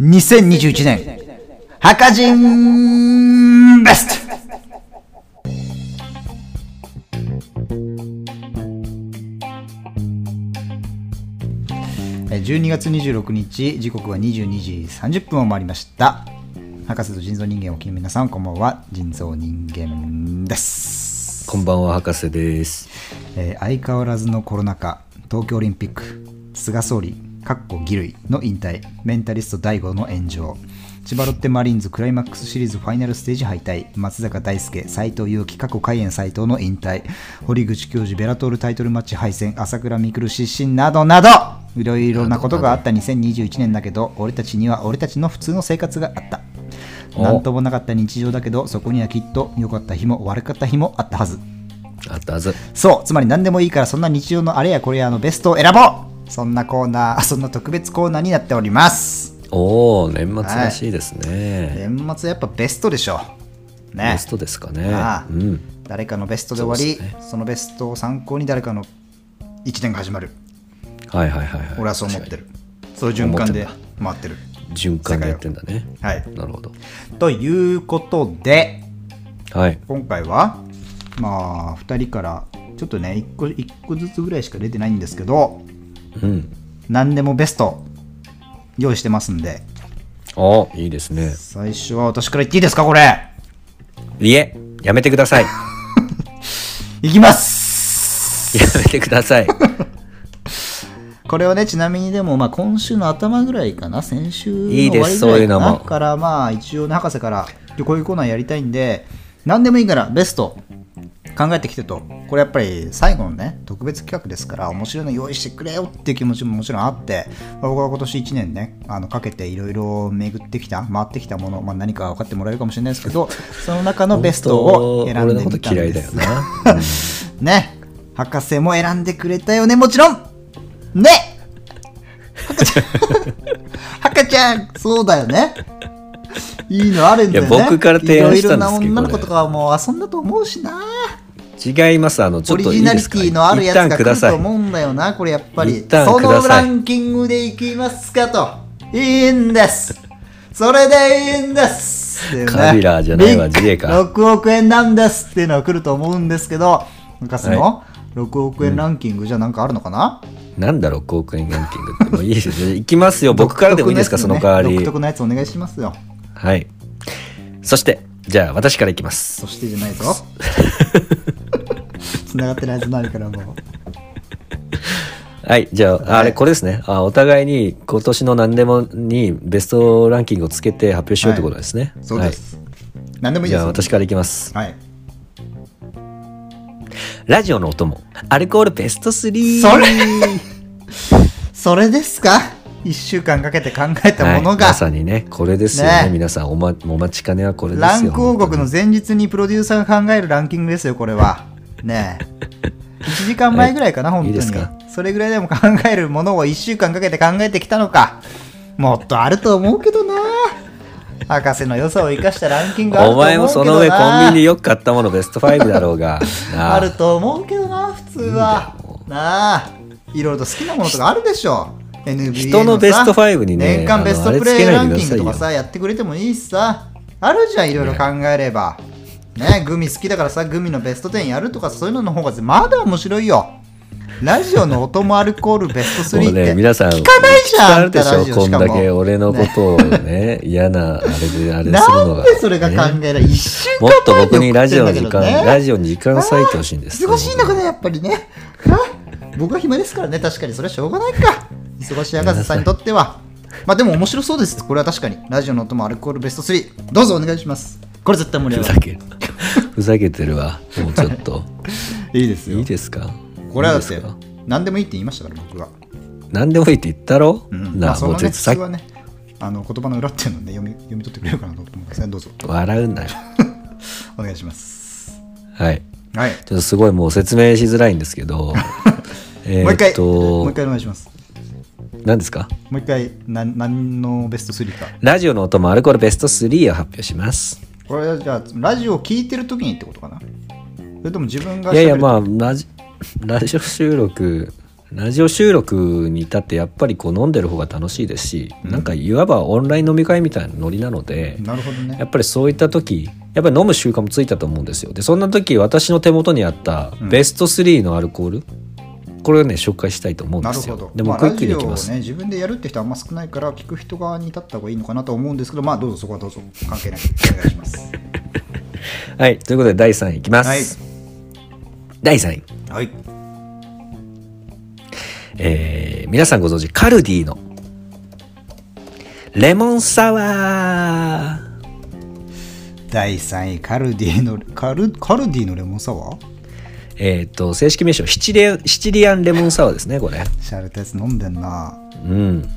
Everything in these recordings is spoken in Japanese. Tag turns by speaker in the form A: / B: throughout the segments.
A: 2021年墓人ベストえー12月26日時刻は22時30分を回りました博士と人造人間をお聞きの皆さんこんばんは人造人間です
B: こんばんは博士です。
A: えー相変わらずのコロナ禍東京オリンピック菅総理かっこ義類の引退メンタリスト大悟の炎上千葉ロッテマリーンズクライマックスシリーズファイナルステージ敗退松坂大輔斎藤佑樹過去開演斎藤の引退堀口教授ベラトールタイトルマッチ敗戦朝倉未来失神などなどいろいろなことがあった2021年だけど俺たちには俺たちの普通の生活があった
B: お
A: なんともなかった日常だけどそこにはきっと良かった日も悪かった日もあったはず
B: あったあず。
A: そう、つまり何でもいいから、そんな日常のあれやこれやのベストを選ぼうそんなコーナー、あそ んな特別コーナーになっております。
B: おお年末らしいですね。
A: 年末やっぱベストでしょ。ね。
B: ベストですかね。
A: ああ
B: うん。
A: 誰かのベストで終わり、そ,、
B: そうですね
A: のベストを参考に誰かの1年が始まる。
B: はいはいはいはい。
A: 俺はそう思ってる。そういう循環で
B: 思って
A: 回ってる。
B: 循環でやってんだね。
A: はい。
B: なるほど。
A: ということで、
B: はい。
A: 今回は、まあ、2人から、ちょっとね、1個 ,1 個ずつぐらいしか出てないんですけど、
B: うん。
A: 何でもベスト用意してますんで、
B: おいいですね。
A: 最初は私から言っていいですかこれ
B: いえやめてく ださい。や
A: いきます
B: めてください。
A: これはねちなみにでもまあ今週の頭ぐらいかな先週の
B: い
A: 終
B: いで
A: わり
B: す
A: ぐらいかな
B: そういうのも
A: からまあ一応ね博士からでこういうコーナーやりたいんで何でもいいからベスト考えてきてとこれやっぱり最後のね特別企画ですから面白いの用意してくれよっていう気持ちももちろんあってまあ僕は今年1年ねあのかけていろいろ巡ってきた回ってきたもの、まあ、何か分かってもらえるかもしれないですけどその中 のベストを選んでみたんです
B: 本当俺のこと嫌いだよな。
A: ね博士も選んでくれたよねもちろんね 博士ちゃん博士ちゃんそうだよねいいのあるんだよね
B: いや僕から提案したんですけ
A: いろ
B: ど
A: いろな女の子とかはもう遊んだと思うしな
B: 違います。あのちょ
A: オ
B: っ
A: リ
B: とい
A: ジ
B: い
A: ナ
B: で
A: リ
B: す
A: テ
B: か。
A: ィのあるやつが
B: 一
A: 来
B: 旦くだ
A: る
B: さ
A: と
B: い。
A: 思うんだよなこれやっぱり
B: 一旦
A: そ
B: くだ
A: の
B: さ
A: ラ
B: い
A: ンキングでいきますかといいんですそれでいいんですっていうね
B: カビラじゃないわ
A: ビッグ
B: GA か
A: 6億円なんですっていうのが来ると思うんですけど昔の6億円ランキングじゃなんかあるのかな、
B: なんだろう5億円ランキングってもういいですよ。行きますよ。僕からでもいいですか、その代わり
A: 独。特なやつお願いしますよ
B: はい。そして、じゃあ私からいきます。
A: そしてじゃない ぞ繋がってないやつないからもう
B: はい。じゃあ、
A: い
B: あれ、これですね。あお互いに今年の何でもにベストランキングをつけて発表しようってことですね。はい、
A: そうで。す、何でもいい
B: じ
A: です
B: ゃあ
A: よ
B: 私からいきます。
A: はい
B: ラジオのお供、アルコールベスト3。
A: それ それですか1週間かけて考えた
B: はい
A: ものが、
B: まさにね、これですよね。
A: ね
B: 皆さんお,、ま、お待ちかねはこれですよ。
A: ランク王国
B: 本
A: の前日にプロデューサーが考えるランキングですよこれはねえ1時間前ぐらい かな、
B: い
A: 本
B: い
A: 当
B: で
A: に
B: すか
A: それぐらいでも考えるものを1週間かけて考えてきたのかもっとあると思うけどな博士の良さを生かしたランキング
B: 当
A: ある
B: に。
A: と
B: お
A: 思うけどな
B: 前もその上コンビニでよく買ったものベスト5だろ うが。な
A: あると思うけどな普通はなあいろいろと好きなものとかあるでしょ NBA
B: 人の
A: さ
B: ベスト5にね
A: 年間ベストプレー
B: あの
A: ラ
B: あれ
A: ン
B: つ
A: キング
B: けないでくださいよ
A: とかさやってくれてもいいしさあるじゃんいろいろ考えればねグミ好きだからさグミのベスト10やるとかそういうのの方がまだ面白いよラジオのお供アルコールベスト3
B: も
A: っ
B: う
A: て
B: ね、皆さん、
A: 聞かないじゃん
B: あるで
A: あん
B: し
A: たラ
B: ょ
A: ジ、オ
B: こんだ
A: しか
B: け
A: も
B: 俺のことをね、嫌な、あれで、あれする
A: な
B: の
A: ん
B: が。
A: でそれが考
B: ね
A: えられ1週間
B: もっと
A: 前に
B: 僕にラジオの時
A: 送ってん
B: 間、
A: だけ どね
B: ラジオに時間割いてほしいんです。
A: 忙しい中でやっぱりね。あ僕は暇ですからね、確かにそれはしょうがないか。忙しい博士さんにとっては。まあでも面白そうです。これは確かに。ラジオの音もアルコールベスト3。どうぞお願いします。これ絶対盛り
B: ふ
A: 上
B: ざ
A: がる。
B: ける。ふざけてるわ。もうちょっと。
A: いいです
B: いいですか
A: これはだっ
B: いい
A: て
B: ですか、
A: 何でもいいって言いましたから、僕が。
B: 何でもいいって言ったろ
A: うん。ま
B: な
A: あ
B: あ、
A: そ
B: も
A: の
B: うちょ
A: ね、
B: っ
A: 普
B: と
A: 通
B: さっ
A: はね、あの言葉の裏っていうので読み読み取ってくれるかなと思ってますね。どうぞ。
B: き、笑うんだよ。
A: お願いします。
B: はい。
A: はい。
B: ちょっとすごいもう説明しづらいんです けど、え
A: もう一
B: ーっ
A: 回、もう一
B: と、
A: 回お願いします。
B: 何ですか
A: もう一回、なん何のベスト3か。
B: ラジオの音もアルコールベスト3を発表します。
A: これはじゃあラジオを聞いてる時にってことかなそれとも自分が
B: いやいや
A: 喋る
B: まあラジラジオ収録ラジオ収録に至ってやっぱりこう飲んでる方が楽しいですし、
A: うん
B: なんかいわばオンライン飲み会みたいなノリなので、
A: なるほどね
B: やっぱりそういった時やっぱり飲む習慣もついたと思うんですよでそんな時私の手元にあった
A: うん
B: ベスト3のアルコール、これをね紹介したいと思うん
A: な
B: で
A: る
B: す
A: ほ
B: よ
A: ど。
B: でも
A: まあ
B: クッキーでいきま
A: ラジ
B: す、
A: オをね、自分でやるって人はあんま少ないから、聞く人側に立った方がいいのかなと思うんですけど、まあ、どうぞそこはどうぞ、関係なくお願いします。
B: はいということで第3位いきます、
A: はい。
B: 第3位、
A: はい。
B: えー皆さんご存知カルディのレモンサワー
A: 第3位、カルディの、カルカルディのレモンサワー
B: えっ、と正式名称シチリアンシチリアンレモンサワーですねこれ
A: シャレたやつ飲んでんな。
B: うん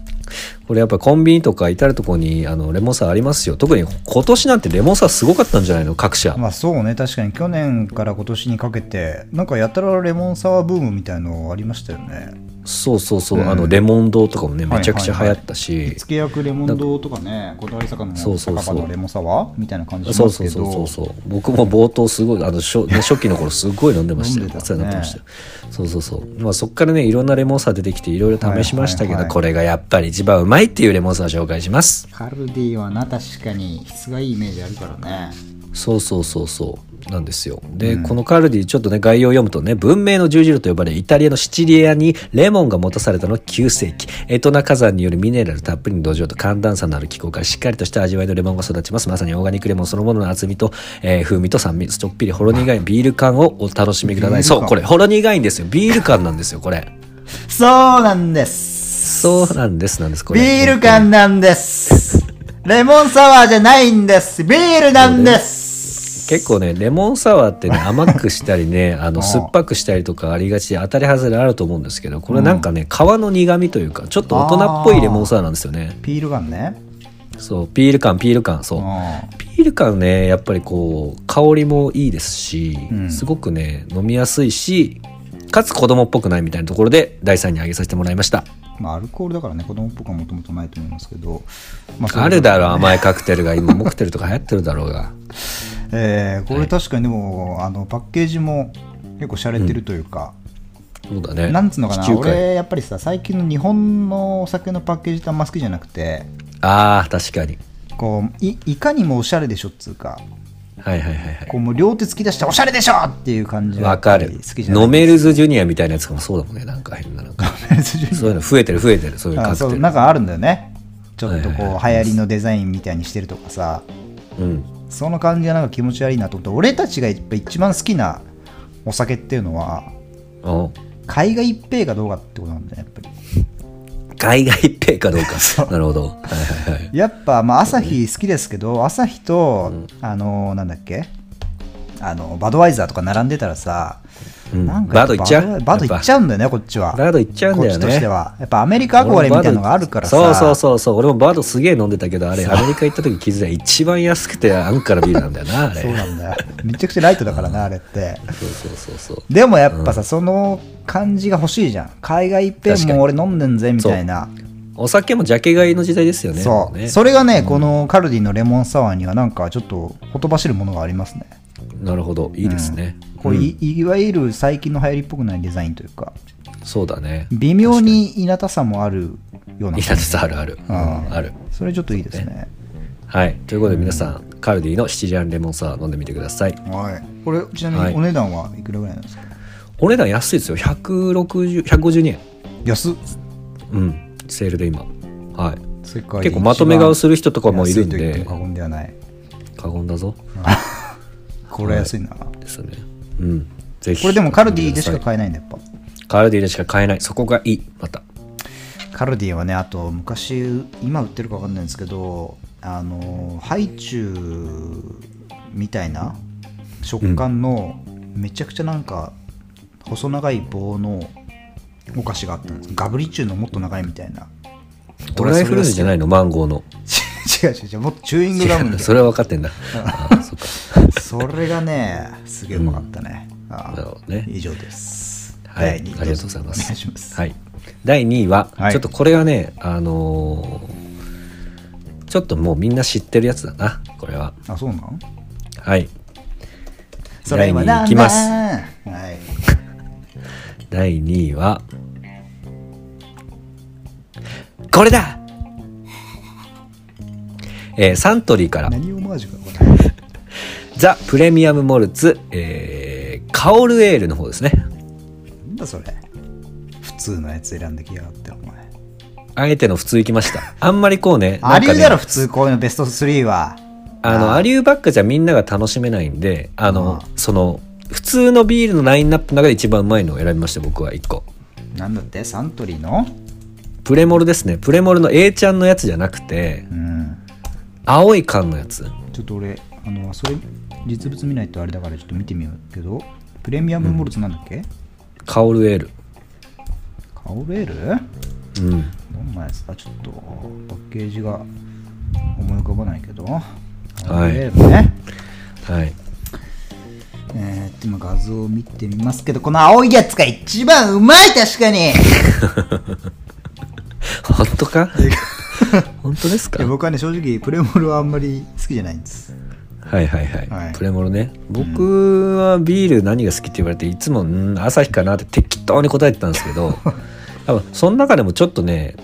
B: これやっぱコンビニとか至る所にあのレモンサワーありますよ特に今年なんてレモンサワーすごかったんじゃないの各社
A: まあそうね、確かに去年から今年にかけて、なんかやたらレモンサワーブームみたいのありましたよね。
B: そうそうそう、
A: うん
B: あのレモン堂とかもね
A: はい
B: めちゃくちゃ流行ったし、
A: 火付け役レモン堂とかね、こだわり坂の
B: そうそうそう
A: 酒場のレモンサワーみたいな感じし
B: そ
A: ま
B: う
A: す
B: そう
A: け
B: そうそ
A: ど
B: う、そう僕も冒頭すごいあの初,、ね、初期の頃すごい飲んでましたよ
A: 飲んでたね
B: お世話になってましたよそうそうそう、まあ、そっからねいろんなレモンサワー出てきていろいろ試しましたけど、
A: はいはいはい
B: これがやっぱり一番うまいっていうレモンサワー紹介します
A: カルディはな、確かに質がいいイメージあるからね。
B: そうそうそうそうなんですよで、このカルディちょっとね概要を読むとね文明の十字路と呼ばれるイタリアのシチリアにレモンが持たされたのは9世紀エトナ火山によるミネラルたっぷりの土壌と寒暖差のある気候からしっかりとした味わいのレモンが育ちますまさにオーガニックレモンそのものの厚みと、えー風味と酸味ちょっぴりほろ苦いビール感をお楽しみくださ
A: ビー
B: い
A: ル感
B: そうこれほろ苦いんですよビール感なんですよこれ
A: そうなんです。
B: そうなんですなんですこれ
A: ビール感なんです。レモンサワーじゃないんです。ビールなんです。
B: 結構ねレモンサワー ってね甘くしたりねあ
A: うん
B: の酸っぱくしたりとかありがちで当たり外れあると思うんですけどこれなんかね、皮の苦みというかちょっと大人っぽいレモンサワーなんですよね
A: ビール感ね。
B: そうピール感ピール感そう、
A: う
B: ピール感ねやっぱりこう香りもいいですし、
A: うん
B: すごくね飲みやすいしかつ子供っぽくないみたいなところで第3に挙げさせてもらいました
A: んまあ、アルコールだからね、子供っぽくはもともとないと思いますけど、まそういうこと
B: あるだろう甘いカクテルが今モクテルとか流行ってるだろうが
A: えーこれ確かにでも、あのパッケージも結構洒落てるというか、
B: そうだね
A: なんつうのかな
B: 地中海
A: 俺やっぱりさ最近の日本のお酒のパッケージってあんま好きじゃなくて
B: あー確かに
A: こういいかにもおしゃれでしょっつうか
B: はいはいはいはい
A: こうもう両手突き出しておしゃれでしょっていう感じが
B: わかる
A: 好き。じゃない
B: ノメルズジュニアみたいなやつとかもそうだもん ね。なんか変ななんか。そういうの増えてる増えてる。そういう
A: あ
B: カ
A: そ
B: クテ
A: う
B: ル。
A: なんかあるんだよねちょっとこう
B: はいはい
A: 流行りのデザインみたいにしてるとかさ
B: うん。
A: その感じがなんか気持ち悪いなと思って俺たちがやっぱ一番好きなお酒っていうのは
B: お
A: 海外一平かどうかってことなんだよねやっぱり
B: 海外一平かどう か。なるほど。はいはいはい。
A: やっぱまあ朝日好きですけど朝日と、あのなんだっけあのバドワイザーとか並んでたらさ、
B: うん
A: なんか
B: バド行っちゃう
A: バド行っちゃうんだよねこっちは
B: バド行っちゃうんだよね
A: こっちとしてはやっぱアメリカ憧れみたいなのがあるからさ
B: そうそうそうそう俺もバードすげえ飲んでたけどあれアメリカ行った時気づいた一番安くて安からビールなんだよなあれ
A: そうなんだよめちゃくちゃライトだからなあれって
B: そうそうそうそう
A: でもやっぱさ、その感じが欲しいじゃん海外一平
B: 確か
A: も
B: に
A: 俺飲んでんぜみたいな
B: お酒もジャケ買いの時代ですよね
A: そう,、
B: ね
A: それがね、このカルディのレモンサワーにはなんかちょっとほとばしるものがありますね
B: なるほどいいですね
A: こういいわゆる最近の流行りっぽくないデザインというか
B: そうだね
A: 微妙に稲田さもあるような
B: 稲田さんあるあるうん
A: あ
B: ある
A: それちょっといいですね
B: はいということで皆さんカルディのシチリアンレモンサワー飲んでみてください
A: はいこれちなみ
B: は
A: に
B: い
A: お値段はいくらぐらいなんですか、
B: お値段安いですよ160 152円
A: 安っ
B: うんセールで今はい
A: 世界
B: 結構まとめ買いする人とかもいるん
A: 安と言っ
B: で
A: ても過言ではない
B: 過言だぞ
A: これ安いな、
B: ですねうんぜひ
A: これでもカルディでしか
B: 買ってくだ
A: 買えないんだやっぱ
B: さいカルディでしか買えないそこがいいまた
A: カルディはねあと昔今売ってるか分かんないんですけどあのハイチュウみたいな食感の、めちゃくちゃなんか細長い棒のお菓子があったんですガブリチュウのもっと長いみたいな
B: ドライフルーツじゃないのマンゴーの
A: 違 う違う違うもっとチューイングガムみたい
B: それは分かってんだあーそっか
A: なそれがねすげえうまかったね、ああ
B: なるほどね
A: 以上です
B: はい、あ
A: 第
B: り
A: 二位
B: がとうございます。
A: お願いします、
B: はい、第2位は、
A: はい
B: ちょっとこれはね、あのーちょっともうみんな知ってるやつだな、これは。
A: あそうなん
B: はい。
A: それ今
B: 第二位い
A: なん
B: きます
A: はい
B: 第2位は、これだえーサントリーから
A: 何オマージュかこれ
B: ザ・プレミアム・モルツ、えー、カオルエールの方ですね
A: なんだそれ普通のやつ選んできやがってお前
B: あえての普通行きましたあんまりこうね
A: あ
B: なん
A: り
B: か
A: う
B: ね
A: だろ普通こういうのベスト3は
B: あのアリューばっかじゃみんなが楽しめないんであのその普通のビールのラインナップの中で一番うまいのを選びました僕は1個
A: なんだってサントリーの
B: プレモルですねプレモルの A ちゃんのやつじゃなくて
A: うん
B: 青い缶のやつ
A: ちょっと俺あのそれ実物見ないとあれだからちょっと見てみようけどプレミアムモルツなんだっけ、
B: カオルエール
A: カオルエール
B: うん
A: どんなやつだちょっとパッケージが思い浮かばないけどカオルエールね、
B: はい
A: えーっと今画像を見てみますけどこの青いやつが一番うまい確かに
B: 本当か 本当ですか
A: いや僕はね正直プレモルはあんまり好きじゃないんです
B: はいはいはい、
A: はい
B: プレモルね僕はビール何が好きって言われていつも「うん朝日かな」って適当に答えてたんですけ ど多分その中でもちょっとね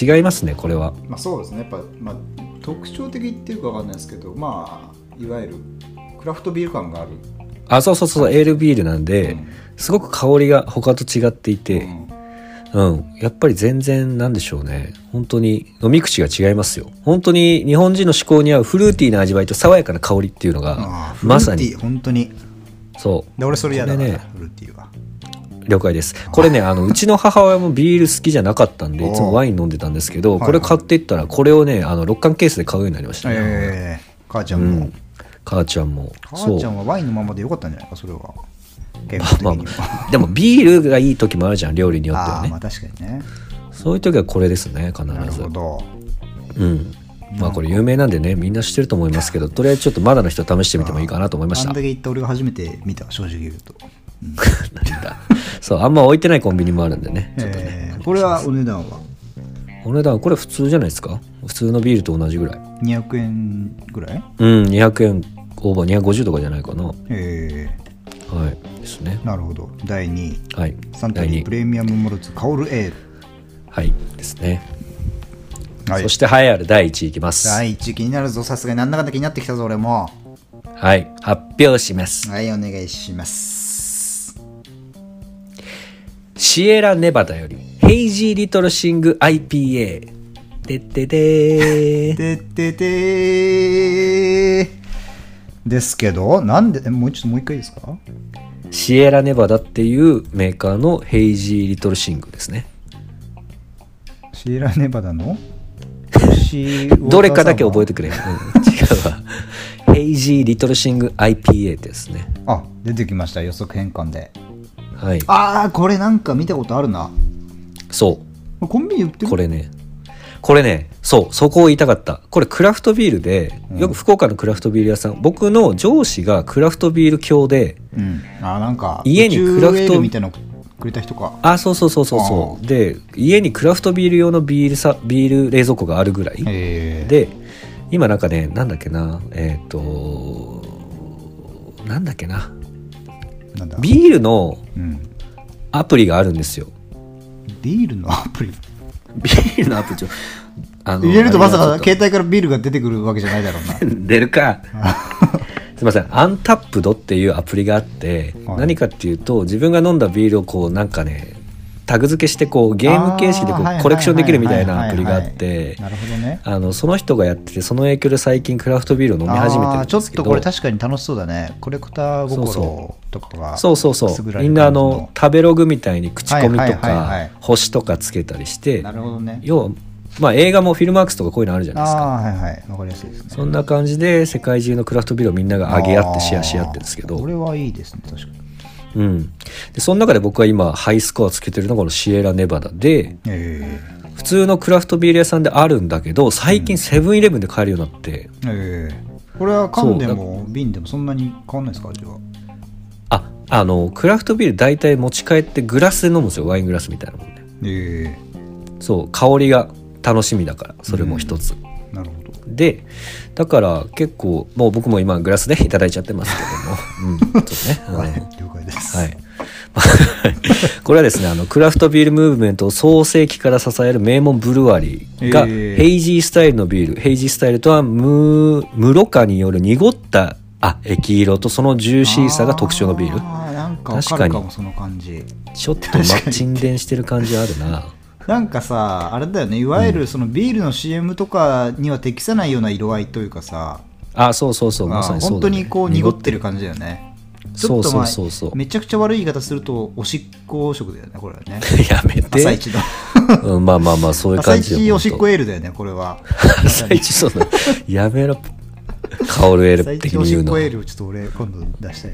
B: 違いますねこれは
A: まあそうですねやっぱ、まあ、特徴的っていうかわかんないですけどまあいわゆるクラフトビール感がある、
B: あそうそうそうエールビールなんで、すごく香りが他と違っていてうん、やっぱり全然なんでしょうね本当に飲み口が違いますよ本当に日本人の思考に合うフルーティーな味わいと爽やかな香りっていうのがまさに
A: 本当に
B: そう
A: で俺それ嫌だ
B: こ
A: から、
B: ね
A: フルーティーは
B: 了解ですこれねあのうちの母親もビール好きじゃなかったんで
A: おう
B: いつもワイン飲んでたんですけど
A: はい
B: これ買っていったらこれをねあの6缶ケースで買うようになりましたね、
A: ええ母ちゃんも、
B: うん母ちゃんも
A: 母ちゃんはワインのままでよかったんじゃないかそれは健康
B: そう
A: 的
B: まあ
A: に
B: ま
A: は
B: あでもビールがいい時もあるじゃん料理によって
A: あ
B: は
A: あま
B: ね
A: あ確かにね
B: そういう時はこれですね必
A: なる
B: ず
A: ほど
B: うんまあこれ有名なんでねみんな知ってると思いますけどとりあえずちょっとまだの人試してみてもいいかなと思いまし
A: あ
B: た
A: んだけ言った俺が初めて見た正直言うと、うん
B: なんだ そうあんま置いてないコンビニもあるんでねちょっとね
A: えーこれはお値段は
B: お値段これ普通じゃないですか普通のビールと同じぐらい
A: 200円ぐらい
B: うん200円オーバー250とかじゃないかなは
A: え
B: いですね
A: ーなるほど第2位
B: はい
A: サントリープレミアムモルツカオルエー
B: はいですね、
A: ル、はい
B: そ、して栄えある第1位いきますは
A: 第
B: い、
A: 1位気になるぞさすがになんだかんだ気になってきたぞ俺も
B: 発表します、
A: はいお願いします
B: シエラネバダよりヘイジーリトルシング IPA てってでー
A: てっててーですけどなんでえもうちょっともう一回いいですか
B: シエラネバダっていうメーカーのヘイジーリトルシングですね
A: シエラネバダのど
B: どれかだけ覚えてくれ、うん違うわヘイジーリトルシング IPA ですね
A: あ出てきました予測変換で
B: はい
A: ああこれなんか見たことあるな
B: そう
A: コンビニ売ってる
B: これねこれねそうそこを言いたかったこれクラフトビールでよく福岡のクラフトビール屋さん、僕の上司がクラフトビール教で
A: うんあーなんか
B: 家にクラフト
A: 宇宙エールみたいなのくれた人か
B: あそうそうそうそうそうで家にクラフトビール用のビールさビール冷蔵庫があるぐらい、
A: え
B: で今なんかねなんだっけなえっ、となんだっけな
A: ー、なんだビ,、
B: ビールの
A: うん、
B: アプリがあるんですよ
A: ビールのアプリ
B: ビールのアプリちょあの
A: 入れるとまさ
B: あ
A: か
B: れがちょっ
A: 携帯からビールが出てくるわけじゃないだろうな
B: と出るかすいませんアンタップドっていうアプリがあって、
A: はい
B: 何かっていうと自分が飲んだビールをこうなんかねタグ付けしてこうゲーム形式でこ
A: あーはいう
B: コレクションできるみたいな
A: はい
B: ア
A: は
B: プ
A: い
B: リ
A: はい
B: が
A: は
B: あ
A: い
B: って
A: なるほどね
B: あのその人がやっててその影響で最近クラフトビールを飲み始めてる
A: あー
B: ん
A: ちょ
B: で
A: っ
B: すけど
A: とこれ確かに楽しそうだねコレクター
B: そうそ
A: 心とかが
B: そうそうそ
A: くすぐ
B: う
A: られ
B: み
A: る
B: んなあの食べログみたいに口コミ
A: はい
B: と
A: はいはいは
B: か
A: い
B: 星とかつけたりして
A: なるほどね
B: 要はまあ映画もフィルマークスとかこういうのあるじゃない
A: あ
B: ですか
A: あーはいはいわかりやすいですね
B: そんな感じで世界中のクラフトビールをみんなが上げ合ってシェアし合ってるんですけ
A: あーこ
B: ど、
A: れはいいですね確かに
B: うん、でその中で僕は今ハイスコアつけてるのがこのシエラネバダで
A: え
B: 普通のクラフトビール屋さんであるんだけど最近セブンイレブンで買えるようになって、
A: えええこれは缶でも瓶でもそんなに変わんないですか味は
B: ああのクラフトビール大体持ち帰ってグラスで飲むんですよワイングラスみたいなもんで
A: え
B: そう香りが楽しみだからそれも一つ、
A: えなるほど
B: でだから結構もう僕も今グラスでいただいちゃってますけどもうんそうね、う ん
A: はい了解です
B: はい、 これはですねあのクラフトビールムーブメントを創世期から支える名門ブルワリーが、
A: えー
B: ヘイジースタイルのビールヘイジースタイルとは無無カによる濁ったあ液色とそのジューシーさが特徴のビール
A: あーなんかわかるか
B: 確か
A: も
B: に
A: その感じ
B: ちょっとマッチン電してる感じあるな
A: なんかさあれだよねいわゆるそのビールの CM とかには適さないような色合いというかさ、
B: あそうそうそうまさにそう
A: 本
B: だ
A: 当
B: ね
A: にこう濁ってる感じだよねちょっとまあ
B: そうそうそうそう
A: めちゃくちゃ悪い言い方するとおしっこ食だよねこれはね
B: やめて
A: 朝一の
B: うん、まあまあまあそういう
A: 朝
B: 感じ
A: 一おしっこ
B: エ
A: エールだよねこれは
B: ル朝一そうだやめろカオルエー
A: 朝
B: ル的
A: 一お
B: に
A: し
B: 言う
A: っ
B: の
A: こエ
B: や
A: ールをちょっと俺今度出したい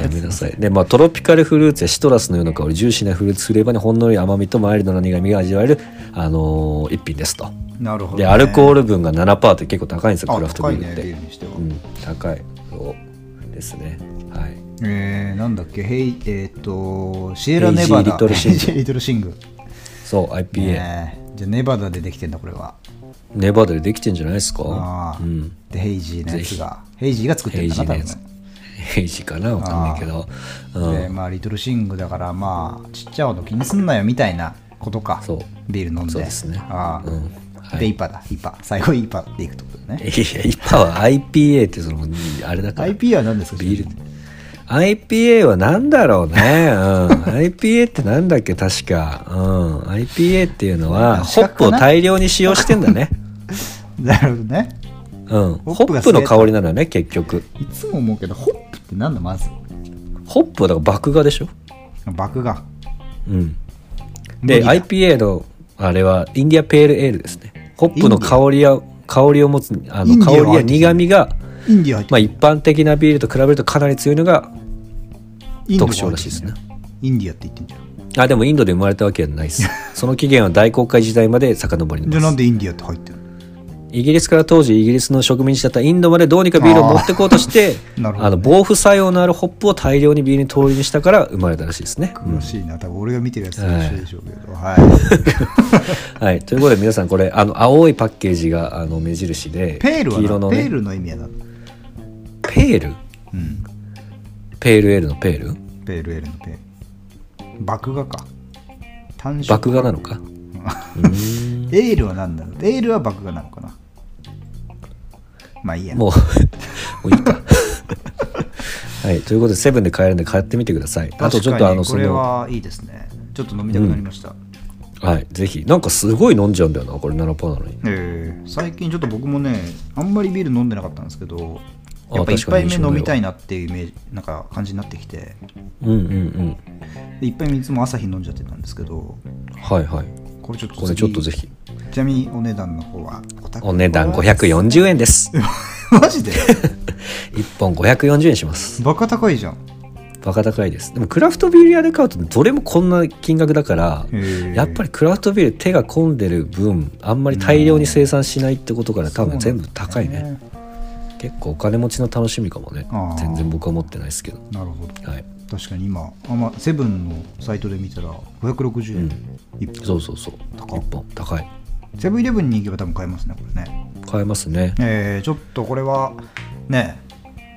A: な
B: めなさいでまあトロピカルフルーツやシトラスのような香りジューシーなフルーツフレーバーにほんのり甘みとマイルドな苦みが味わえるあのー一品ですと
A: なるほど、
B: でアルコー
A: ル
B: ル分が7%って結構高いんですよクラフトビールっ
A: ね
B: て
A: ビールにしては、
B: うん高いそうですねはい
A: えー、なんだっけヘイえーっ、とシエラネバダ
B: ヘイジーリトルシ
A: ヘ
B: ング
A: イジーリトルシング
B: そう IPA、
A: ねえじゃあネバダでできてんだこれは
B: ネバダでできてんじゃないですか
A: あ
B: う
A: ー
B: ん
A: でヘイジーのやつがヘイジーが作って
B: 平
A: るんだな
B: 時の
A: 多
B: やつ
A: 分
B: 平時かなわかんないけどうん
A: でまあリトルシングだからまあちっちゃいの気にすんなよみたいなことか
B: そう
A: ビール飲んで
B: そうですね
A: ああ、
B: うんはい
A: でイパだイパ最後イパでいくってことだ
B: い
A: ね
B: や、今は IPA ってその、あれだから。
A: IPA は何ですか
B: ビール。IPA は何だろうね。うん。IPA ってなんだっけ、確か。うん。IPA っていうのは、
A: 資
B: ホッ
A: 格か
B: プを
A: な
B: 大量に使用してんだ ね。
A: なるほどね
B: うん。
A: ホ
B: ホ
A: ップが
B: ップの香りなのね、結局。
A: いつも思うけどホップってなんだまず
B: ホップはだから麦芽でしょ。
A: 麦芽
B: うん。で、
A: 麦だ
B: IPA の、あれは、インディアペールエールですね。ホップの香りや、香りを持つ、あ
A: インデ
B: の、
A: ィア
B: 香
A: は
B: りや苦味が、
A: インディア入って
B: まあ
A: る、
B: 一般的なビールと比べるとかなり強いのが
A: インドが
B: 特徴
A: 入
B: ら
A: っ
B: してい
A: る
B: ですね
A: インディアって言ってんじゃん
B: あでもインドで生まれたわけじゃな いですその起源は大航海時代まで遡り
A: じゃ
B: ま
A: あなん
B: す
A: でインディアって入ってるの
B: イギリスから当時イギリスの植民地だったインドまでどうにかビールを持ってこうとして
A: あーなるほ
B: あ
A: どね
B: の防腐作用のあるホップを大量にビールに投入したから生まれたらしいですね、うん
A: 詳しいな多分俺が見てるやつと一緒でしょうけどはい
B: はい、ということで皆さんこれあの青いパッケージがあの目印 で
A: ペールは
B: 黄色
A: な
B: の、
A: ペ
B: ね、
A: ールの意味やなう
B: ペール
A: ん
B: ペールエールのペール
A: ペールエールのペール麦芽か単色
B: 麦芽なのか
A: エールは何だろうエールは麦芽なのかなまあいいや。
B: もう もういいか はいということでセブンで買えるんで買ってみてくださいあとちょっとあの
A: 確
B: そ
A: かにこれ
B: の
A: はいいですね。ちょっと飲みたくなりました。
B: はい、ぜひ。なんかすごい飲んじゃうんだよな、これ7%なのに。
A: えー最近ちょっと僕もね、あんまりビール飲んでなかったんですけど、
B: あ
A: やっぱ一
B: 確か
A: 杯
B: に
A: 目飲みたいなっていうイメージ、なんか感じになってきて、
B: うんうん
A: で一杯目いつも朝日飲んじゃってたんですけど、
B: うん。はいはい。
A: これちょっと
B: これちょっとぜひ。
A: 次ちなみにお値段の方は、お宅
B: お値段。540円です。
A: マジ で
B: 1本540円します。
A: バカ高いじゃん。
B: バカ高いです。でもクラフトビール屋で買うとどれもこんな金額だから、やっぱ
A: り
B: りクラフトビール手が込んでる分、あんまり大量に生産しないってことから多分全部高いね。。結構お金持ちの楽しみかもね
A: あー。
B: 全然僕は持ってないですけど。
A: なるほど。
B: はい。
A: 確かに今あ、まあ、セブンのサイトで見たら560円、一本
B: そうそうそう。
A: 高
B: 1本高い。
A: セブンイレブンに行けば多分買えますねこれね
B: 買えますね。
A: えー、ちょっとこれはね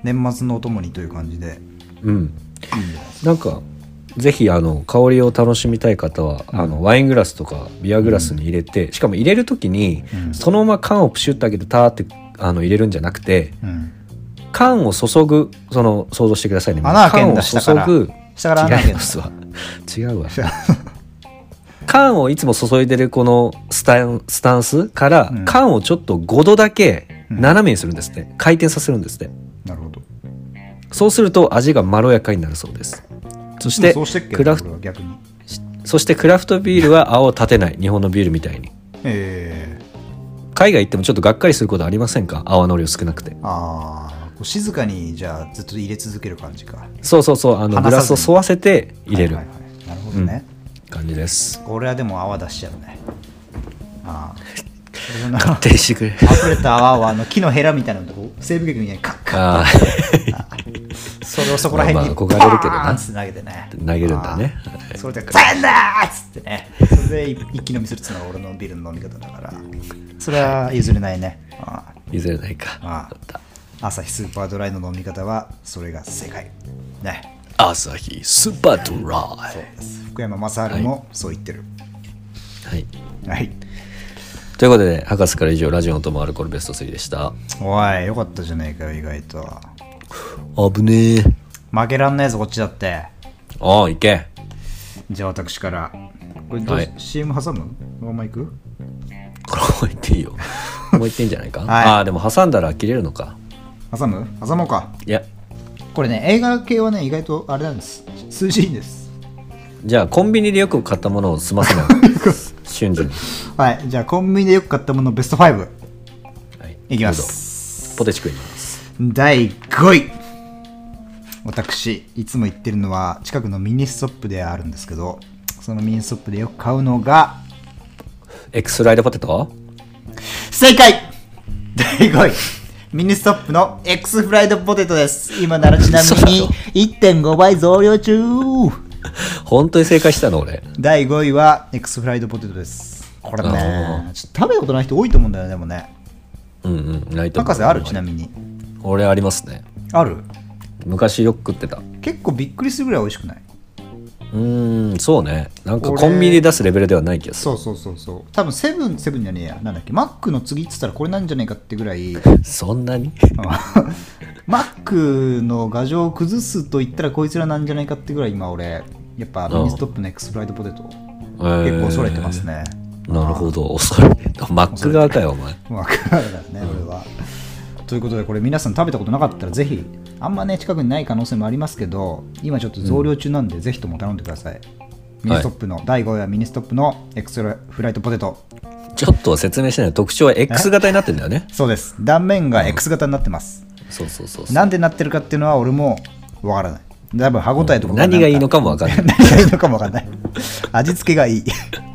A: 年末のお供にという感じで
B: うん。
A: いいんじゃないです
B: なんかぜひあの香りを楽しみたい方は、あのワイングラスとかビアグラスに入れて、しかも入れる時に、
A: うん
B: そのまま缶をプシュッと開けてターってあの入れるんじゃなくて
A: か、うん、
B: 缶を注ぐその想像してくださいね
A: 穴開けん
B: 缶
A: だ
B: を
A: 下から
B: 注ぐ
A: 下から穴開
B: 違
A: けん
B: いま
A: だ
B: すわ違うわ缶をいつも注いでるこのスタンスタンスから、
A: うん
B: 缶をちょっと5度だけ
A: うん
B: 斜めにするんですね、回転させるんですね
A: なるほど
B: そうすると味がまろやかになるそうですそし
A: でも
B: て
A: そうしてっけ
B: クラフ
A: これは逆に
B: そしてクラフトビールは青を立てない日本のビールみたいに
A: え
B: 海外行ってもちょっとがっかりすることありませんか泡の量少なくて
A: ー、あーこう静かにじゃあずっと入れ続ける感じか
B: そうそうそうあのグ
A: 離さ
B: ラ
A: ずに
B: スを沿わせて入れる
A: はいはいはい、なるほどね、
B: 感 じです
A: これはでも泡出しちゃうねああ これな
B: 勝手にしてくれ
A: 溢れた泡をあの木のヘラみたいなのとこう西部劇みたいにカッカッ
B: ああ
A: それをそこら辺に
B: まあまあ憧れるけどな
A: パーンって投げてね
B: 投げるんだね
A: あーそれで「全だ!」っつってねそれで一気飲みするっつうのが俺のビールの飲み方だからそれは譲れないねあ
B: 譲れないか
A: あ
B: よかった
A: ー朝日スーパードライの飲み方はそれが正解ね
B: 朝日スーパードライ。
A: 福山雅治もそう言ってる。
B: はい。
A: はい。
B: ということで、博士から以上、ラジオの友アルコールベスト3でした。
A: おい、よかったじゃないかよ、意外と。
B: 危ねえ。
A: 負けらんないぞ、こっちだって。
B: ああ、いけ。
A: じゃあ私から。これどう、
B: はい
A: CM 挟むこのままいく
B: これもう言ってい いよ。もう言っていいんじゃないか。
A: はい
B: ああ、でも挟んだら切れるのか。
A: 挟む挟もうか。
B: いや、
A: これね、映画系はね、意外とあれなんです。数字いいんです。
B: じゃあコンビニでよく買ったものを済ませない 瞬時に、
A: はい、じゃあコンビニでよく買ったものベスト5
B: はい、
A: いきま
B: どうぞ
A: す。
B: ポテチ食います
A: 第5位私いつも行ってるのは近くのミニストップであるんですけどそのミニストップでよく買うのが
B: エクスライドポテト
A: 正解第5位ミニストップの X フライドポテトです今ならちなみに1.5倍増量中
B: 本当に正解したの俺
A: 第5位は X フライドポテトですこれ
B: あ
A: ねちょっと食べたことない人多いと思うんだよねでもね
B: うんうんないと思
A: 博
B: う
A: 士あるちなみに
B: 俺ありますね
A: ある
B: 昔よく食ってたう
A: 結構びっくりするぐらい美味しくない
B: ーんそうねなんか
A: 俺
B: コンビニで出すレベルではない気がす
A: そ
B: る
A: うそうそうそう多分セブンセブンじゃねえやなんだっけマックの次っつったらこれなんじゃねえかってぐらい
B: そんなに
A: マックの牙城を崩すと言ったらこいつらなんじゃないかってぐらい今俺やっぱミニストップのエクスフライドポテト
B: 結
A: 結構恐れてますね、
B: なるほど恐れてたマック側かよお前
A: まあ分かるからね俺はということでこれ皆さん食べたことなかったらぜひあんまね近くにない可能性もありますけど今ちょっと増量中なんでぜひとも頼んでください、ミニストップの、第5位はミニストップのエクスフライドポテト
B: ちょっと説明しないと特徴は X 型になってんだよね
A: そうです断面が X 型になってます、
B: そうそうそうそう
A: なんでなってるかっていうのは俺もわからない。多分歯応えとか。
B: うん何がいいのかもわかんない
A: 何がいいのかもわかんない。味付けがいい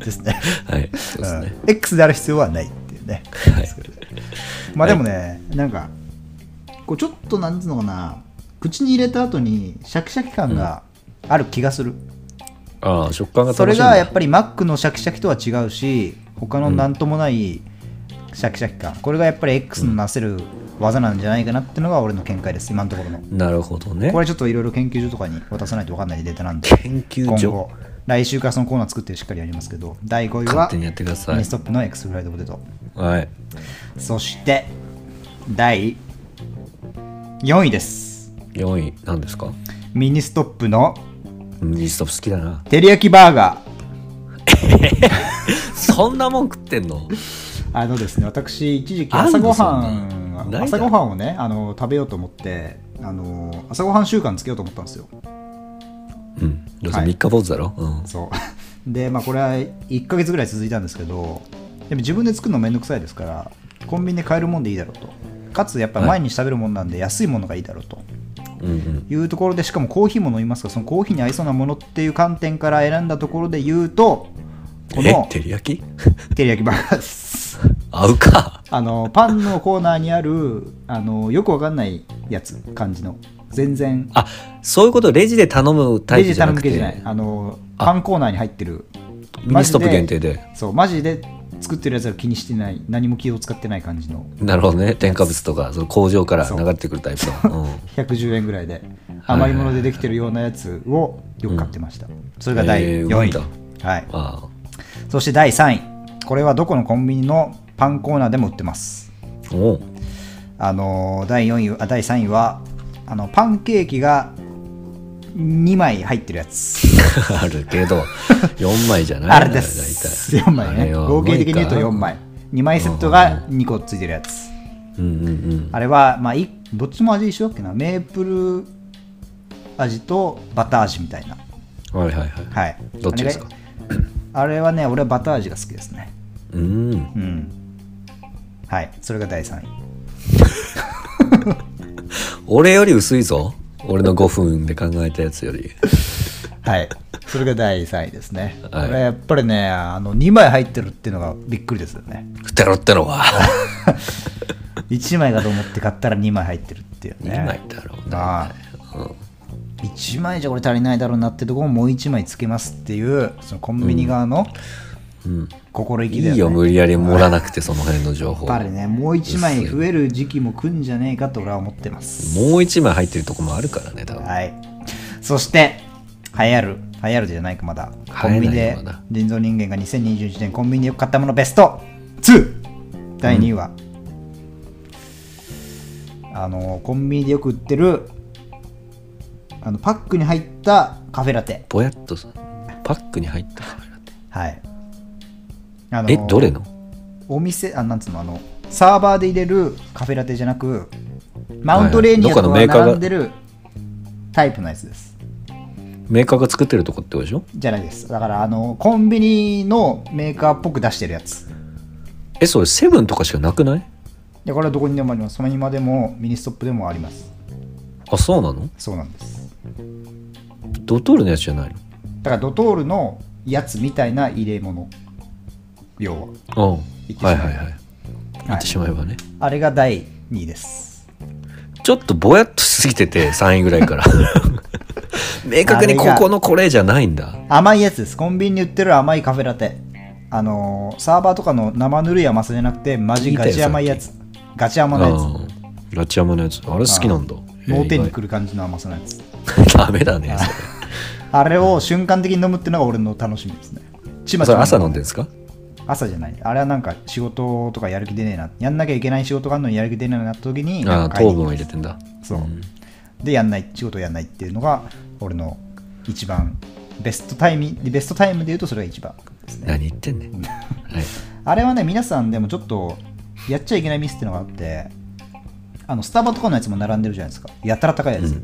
A: ですね。
B: はいそうですね、
A: うん X である必要はないっていうね。
B: はい
A: まあでもね、なんか、こうちょっとなんつうのかな、口に入れた後にシャキシャキ感がある気がする。
B: ああ食感が楽しい
A: そ
B: んだ
A: れがやっぱりマックのシャキシャキとは違うし、他のなんともないシャキシャキ感。これがやっぱり X のなせる技なんじゃないかなっていうのが俺の見解です、今のところの。
B: なるほどね
A: これちょっといろいろ研究所とかに渡さないと分かんないデータなんで、
B: 研究
A: 今
B: 所
A: 後、来週からそのコーナー作ってしっかりやりますけど、第5位は
B: 勝、手にやってくださ
A: ミ
B: い
A: ニストップのエクスフライドポテト。
B: はい
A: そして、第4位です。
B: 4位何ですか
A: ミニストップの
B: ミニストップ好き だな
A: 照り焼きバーガー。
B: そんなもん食ってんの
A: あのですね、私、一時期
B: あんの
A: 朝ごは
B: そんなない
A: ん
B: だ
A: は、
B: ろ
A: 朝ごはんをね、あの食べようと思って、あの朝ごはん習慣つけようと思ったんですよ。
B: うんどうせ
A: はい
B: 三日坊主だろ、うん
A: そう でまあこれは1ヶ月ぐらい続いたんですけどでも自分で作るのめんどくさいですからコンビニで買えるもんでいいだろうとかつやっぱ毎日食べるもんなんで安いものがいいだろうと
B: うんうん
A: いうところでしかもコーヒーも飲みますからそのコーヒーに合いそうなものっていう観点から選んだところで言うとこ
B: え
A: の
B: 照り焼き
A: 照り焼きバーガーです
B: 合うか
A: あのパンのコーナーにあるあのよくわかんないやつ感じの全然
B: あそういうことレジで頼むタ
A: レ
B: イプ
A: ジ
B: じゃ
A: 頼
B: な
A: む
B: く
A: 系
B: て
A: じゃないあのパンコーナーに入ってる
B: ミニストップ限定で
A: そうマジで作ってるやつは気にしてない何も気を使ってない感じの
B: なるほどね添加物とかその工場から流れてくるタイプの、うん
A: 110円ぐらいで余り物でできてるようなやつをよく買ってました、それが第
B: えー
A: 4位、
B: 多い
A: はい、
B: あ
A: そして第3位これはどこのコンビニのパンコーナーでも売ってます
B: あおう
A: あのー第4位あ第3位はあのパンケーキが2枚入ってるやつ
B: あるけど4枚じゃない
A: あれです
B: 大
A: 4
B: 体
A: 枚
B: あ
A: ね
B: れは
A: 合計的に言うと4枚2枚セットが2個ついてるやつ、
B: うんうんうん
A: あれは、まあ、いどっちも味一緒だっけなメープル味とバター味みたいな
B: はいはいはい
A: はい
B: どっちですか
A: あれがあれはね俺はバター味が好きですね
B: うん
A: うんはいそれが第3位
B: 俺より薄いぞ俺の5分で考えたやつより
A: はいそれが第3位ですね、
B: はい
A: これやっぱりねあの2枚入ってるっていうのがびっくりですよね
B: ふてろっての は
A: 1枚かと思って買ったら2枚入ってるっていうね
B: 2枚だろうな
A: ああ1枚じゃこれ足りないだろうなってとこももう1枚つけますっていうそのコンビニ側の
B: うん
A: 心意
B: い
A: 気だよね、
B: いよ無理やり盛らなくてその辺の情報
A: やっぱり
B: も
A: ねもう1枚増える時期も来んじゃねえかと俺は思ってます
B: う1枚入ってるとこもあるからね多分
A: はいそして、流行る、流行るじゃないか、まだ。コンビニ
B: 流行
A: で
B: らないよまだ、
A: 人造人間が2021年コンビニでよく買ったものベスト 2! 第2位は、あの、コンビニでよく売ってる、あの、パックに入ったカフェラテ。
B: ぼやっとさパックに入ったカメラって
A: はい。あ
B: えどれの
A: お店、あ、なんつうの、あの、サーバーで入れるカフェラテじゃなく、マウントレーニアと
B: どっかの
A: か
B: メーカーが
A: 並んでるタイプのやつです。
B: メーカーが作ってるとこってことでしょ
A: じゃないです。だから、あの、コンビニのメーカーっぽく出してるやつ。
B: えそれセブンとかしかなくない
A: で、これはどこにでもあります。その今でも、ミニストップでもあります。
B: あそうなの
A: そうなんです。
B: ドトールのやつじゃない
A: だから、ドトールのやつみたいな入れ物。要は。
B: のうん
A: ってしま
B: は
A: え
B: い
A: ば
B: はいはい言ってしまえばね、
A: あれが第2位です。
B: ちょっとぼやっとしすぎてて3位ぐらいから 明確にここのこれじゃないんだ
A: 甘いやつです。コンビニに売ってる甘いカフェラテ。あのーサーバーとかの生ぬるい甘さじゃなくて、マジガチ甘いやつ。ガチ甘のやつ。
B: うんラチアマのやつあれ好きなんだ
A: 脳天に
B: く
A: くる感じの甘さのやつ。
B: ダメだねそれ
A: あれを瞬間的に飲むっていうのが俺の楽しみですね。ちまち
B: それ
A: ま
B: 朝飲んでんですか
A: 朝じゃない。あれはなんか仕事とかやる気出ねえな。やんなきゃいけない仕事があるのにやる気出ねえなって時に、な
B: あ
A: ん
B: あ
A: か買い
B: 糖
A: に行
B: 分
A: く
B: を入れてんだ
A: そう。で、やんない、仕事をやんないっていうのが、俺の一番、ベストタイム、ベストタイムで言うとそれが一番ですね。
B: 何言ってんねんはい
A: あれはね、皆さんでもちょっとやっちゃいけないミスっていうのがあって、あのスタバとかのやつも並んでるじゃないですか。やたら高いやつ。
B: うん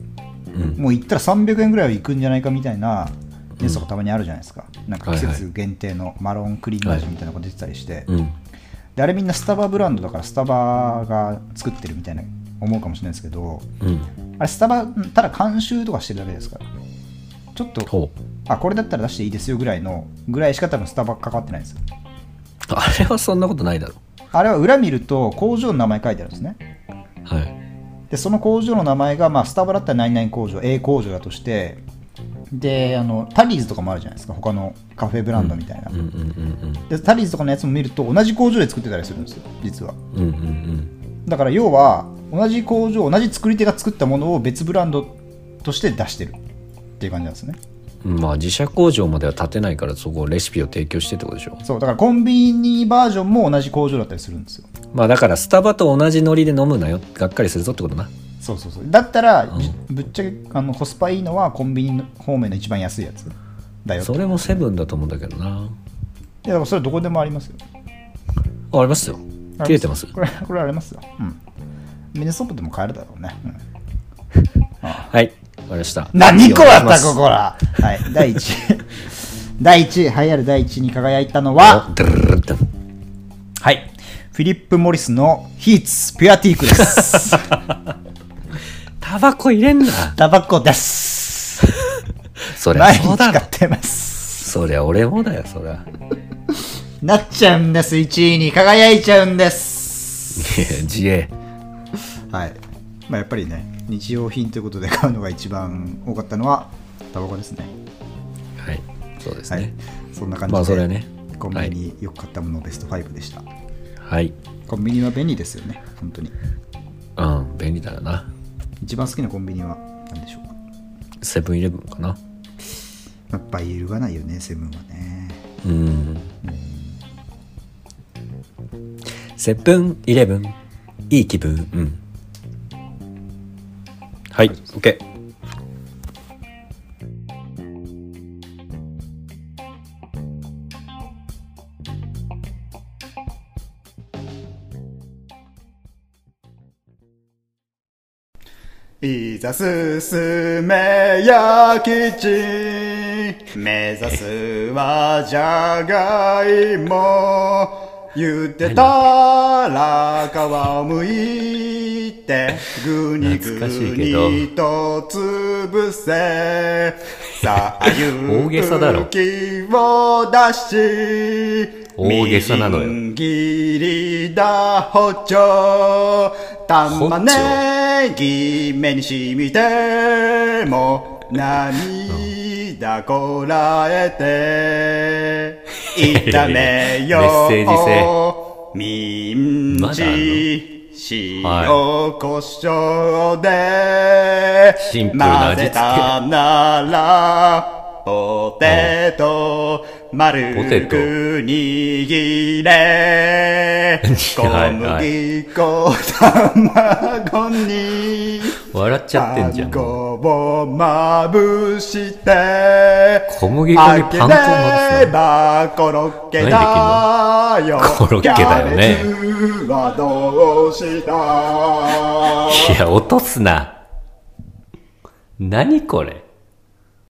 A: もう行ったら300円ぐらいはいくんじゃないかみたいなやつとかたまにあるじゃないですか。なんか季節限定のマロンクリーム味みたいなのが出てたりして、
B: うん
A: であれみんなスタバブランドだからスタバが作ってるみたいな思うかもしれないですけど、
B: うん
A: あれスタバ、ただ監修とかしてるだけですから。ちょっと、
B: ほう
A: あ、これだったら出していいですよぐらいの、ぐらいしか多分スタバかかってないんですよ。
B: あれはそんなことないだろ
A: あれは裏見ると工場の名前書いてあるんですね。
B: はい
A: でその工場の名前が、まあ、スタバだったら何々工場 A 工場だとしてであのタリーズとかもあるじゃないですか他のカフェブランドみたいな、
B: うんうん
A: でタリーズとかのやつも見ると同じ工場で作ってたりするんですよ実は
B: うんうんうんうん
A: だから要は同じ工場同じ作り手が作ったものを別ブランドとして出してるっていう感じなんですね
B: うんまあ自社工場までは建てないからそこレシピを提供してってことでしょ
A: そうだからコンビニバージョンも同じ工場だったりするんですよ
B: まあだからスタバと同じノリで飲むなよがっかりするぞってことな
A: そうそうそうだったら、じぶっちゃけあのコスパいいのはコンビニ方面の一番安いやつだよと
B: それもセブンだと思うんだけどない
A: やだからそれはどこでもありますよ
B: あありますよ切れてます
A: これこれありますよ。うん。ミネソップでも買えるだろうね。うん
B: はいわかりました
A: 何個だ
B: お
A: っ
B: 願い
A: た
B: し
A: こ
B: ます
A: こら。はい。第一 位。第一位、栄えある第一位に輝いたのは、
B: おドゥルルルルン
A: はい。フィリップ・モリスのヒーツ・ピュアティークです。
B: タバコ入れんな
A: タバコです。
B: そりゃ
A: 毎
B: そう
A: 日
B: だ
A: 買
B: ろ
A: ってます。
B: そりゃ俺もだよそりゃ
A: なっちゃうんです。1位に輝いちゃうんです。
B: いや自衛
A: はい。まあやっぱりね、日用品ということで買うのが一番多かったのは、タバコですね。
B: はいそうです
A: はい
B: ね、。
A: そんな感じで。
B: まあそれはね
A: コンビニよく買ったものベスト5でした。
B: はい
A: コンビニは便利ですよね、本当に。
B: うん便利だよな
A: 一番好きなコンビニは何でしょうか
B: セブンイレブンかな
A: やっぱ揺るがないよね、セブンはね。
B: うんセブンイレブンいい気分うんはい OK
A: いざ進めや吉目指すはじゃがいも茹でたら皮をむいてぐにぐ
B: 懐かしいけど
A: にと潰せさあ勇
B: 大げさだろ
A: 気を出し
B: 大げさなのよ
A: みじん切りだ包丁玉ねぎ目にしみても涙こらえて炒めよう
B: メッセージ性
A: みん
B: まだあん
A: じ
C: 塩、
B: はい
C: 胡椒で
B: シンプルな味付け
C: 混ぜたならポテト丸
B: ポテト
C: く握
B: は
C: れ
B: い
C: 小麦粉卵に
B: 笑っちゃってんじゃん。
C: パン
B: 小
C: 粉をまぶして
B: 麦粉に
C: 開
B: パン
C: け
B: 粉をまぶ
C: れ
B: すの。
C: ばコロッケだよ。
B: コロッケだよね
C: キャベツはどうした
B: いや、落とすな。何これ